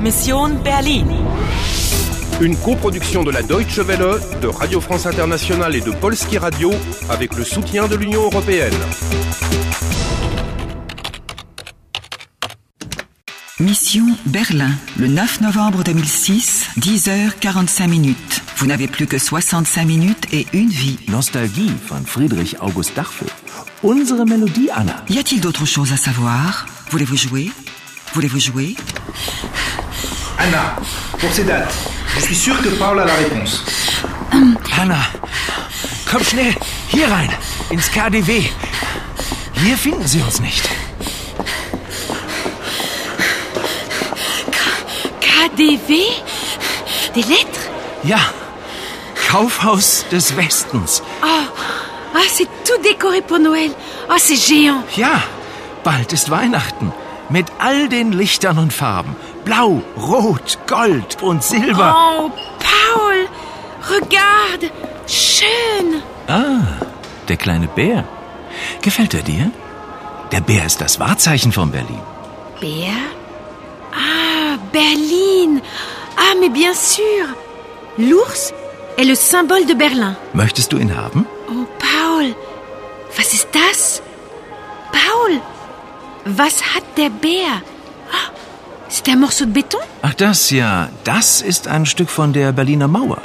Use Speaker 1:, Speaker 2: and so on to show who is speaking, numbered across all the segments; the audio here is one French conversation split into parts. Speaker 1: Mission Berlin.
Speaker 2: Une coproduction de la Deutsche Welle, de Radio France Internationale et de Polski Radio avec le soutien de l'Union européenne.
Speaker 3: Mission Berlin, le 9 novembre 2006, 10h45 minutes. Vous n'avez plus que 65 minutes et une vie.
Speaker 4: Nostalgie von Friedrich August Dachfeld. Unsere Melodie, Anna.
Speaker 3: Y a-t-il d'autres choses à savoir Voulez-vous jouer Voulez-vous jouer
Speaker 5: Anna, pour ces dates, je suis sûr que Paul a la réponse.
Speaker 4: Anna, komm schnell, hier rein, ins KDW. Hier finden Sie uns nicht.
Speaker 6: KDW Des lettres
Speaker 4: Ja, Kaufhaus des Westens.
Speaker 6: Oh, ah, c'est tout décoré pour Noël. Oh, c'est géant.
Speaker 4: Ja, bald ist Weihnachten. Mit all den Lichtern und Farben. Blau, Rot, Gold und Silber.
Speaker 6: Oh, Paul, regarde. Schön.
Speaker 4: Ah, der kleine Bär. Gefällt er dir? Der Bär ist das Wahrzeichen von Berlin.
Speaker 6: Bär Ah, Berlin. Ah, mais bien sûr. L'ours est le symbole de Berlin.
Speaker 4: Möchtest du ihn haben?
Speaker 6: Oh, Paul, was ist das? Paul, was hat der Bär? Ah, C'est un morceau de béton
Speaker 4: Ach das ja, das ist ein Stück von der Berliner Mauer.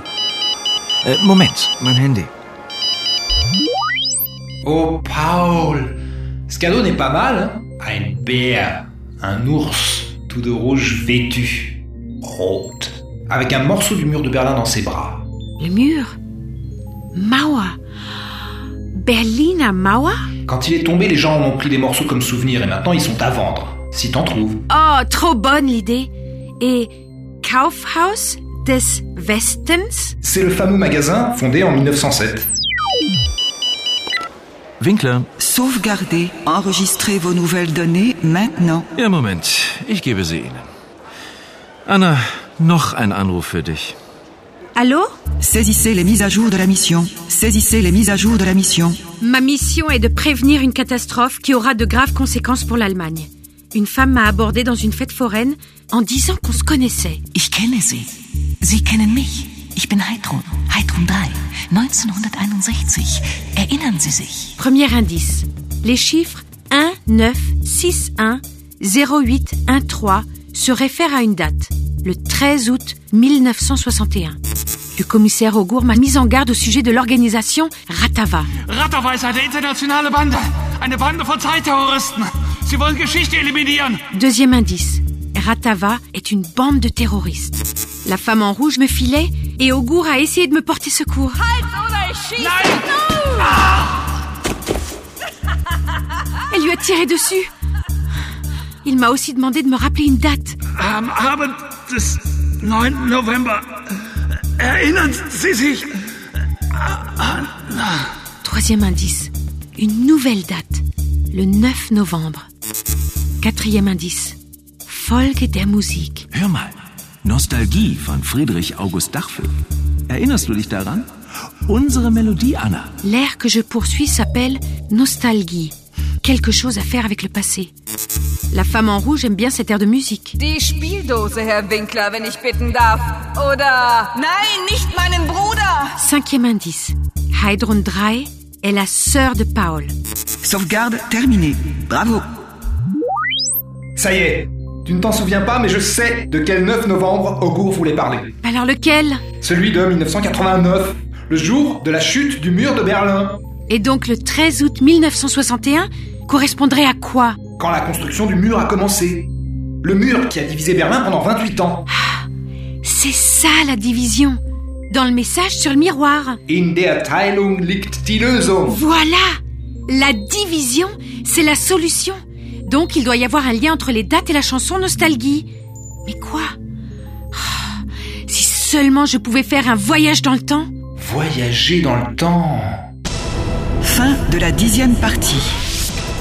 Speaker 4: Äh, Moment, mein Handy.
Speaker 5: Oh, Paul Ce cadeau n'est pas mal, hein Ein Bär, un ours, tout de rouge vêtu, rot, avec un morceau du mur de Berlin dans ses bras.
Speaker 6: Le mur Mauer Berliner Mauer
Speaker 5: Quand il est tombé, les gens en ont pris des morceaux comme souvenir et maintenant ils sont à vendre, si t'en trouves.
Speaker 6: Oh, trop bonne l'idée Et Kaufhaus des Westens
Speaker 5: C'est le fameux magasin fondé en 1907.
Speaker 4: Winkler.
Speaker 3: Sauvegardez, enregistrez vos nouvelles données maintenant.
Speaker 4: Ja, Moment, ich gebe sie Ihnen. Anna, noch ein Anruf für dich.
Speaker 6: Allô
Speaker 3: Saisissez les mises à jour de la mission. Saisissez les mises à jour de la mission.
Speaker 6: Ma mission est de prévenir une catastrophe qui aura de graves conséquences pour l'Allemagne. Une femme m'a abordé dans une fête foraine en disant qu'on se connaissait.
Speaker 7: Ich kenne Sie. Sie kennen mich. Ich bin Heidrun, Heidrun 3, 1961. Erinnern Sie sich?
Speaker 6: Premier indice. Les chiffres 1, 9, 6, 1, 08, 1, 3 se réfèrent à une date, le 13 août 1961. Le commissaire Augour m'a mise en garde au sujet de l'organisation Ratava.
Speaker 8: Ratterweis ist eine internationale Bande. Eine Bande von Zeitterroristen. Sie wollen Geschichte eliminieren.
Speaker 6: Deuxième indice. Ratava est une bande de terroristes. La femme en rouge me filait et Augour a essayé de me porter secours. Elle lui a tiré dessus. Il m'a aussi demandé de me rappeler une date.
Speaker 8: Am Abend des 9. November äh, erinnern Sie sich
Speaker 6: Troisième indice, une nouvelle date, le 9 novembre. Quatrième indice, Folge der Musik.
Speaker 4: Hör mal, Nostalgie von Friedrich August Dachfeld. Erinnerst du dich daran? Unsere Melodie, Anna.
Speaker 6: L'air que je poursuis s'appelle Nostalgie. Quelque chose à faire avec le passé. La femme en rouge aime bien cet air de musique.
Speaker 9: Die Spieldose, Herr Winkler, wenn ich bitten darf. Oder... Nein, nicht meinen Bruder!
Speaker 6: Cinquième indice, Heidrun Drey est la sœur de Paul.
Speaker 3: Sauvegarde terminée. Bravo.
Speaker 5: Ça y est, tu ne t'en souviens pas, mais je sais de quel 9 novembre Augur voulait parler.
Speaker 6: Alors lequel
Speaker 5: Celui de 1989, le jour de la chute du mur de Berlin,
Speaker 6: Et donc le 13 août 1961 correspondrait à quoi
Speaker 5: quand la construction du mur a commencé. Le mur qui a divisé Berlin pendant 28 ans.
Speaker 6: C'est ça la division. Dans le message sur le miroir.
Speaker 5: In der Teilung liegt die Lösung.
Speaker 6: Voilà La division, c'est la solution. Donc il doit y avoir un lien entre les dates et la chanson Nostalgie. Mais quoi Ah, Si seulement je pouvais faire un voyage dans le temps
Speaker 5: Voyager dans le temps.
Speaker 3: Fin de la dixième partie.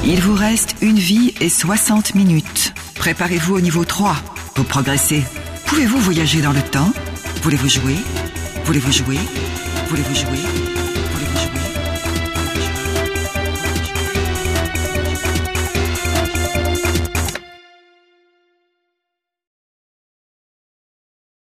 Speaker 3: Il vous reste une vie et 60 minutes. Préparez-vous au niveau 3. Vous progressez. Pouvez-vous voyager dans le temps Voulez-vous jouer Voulez-vous jouer Voulez-vous jouer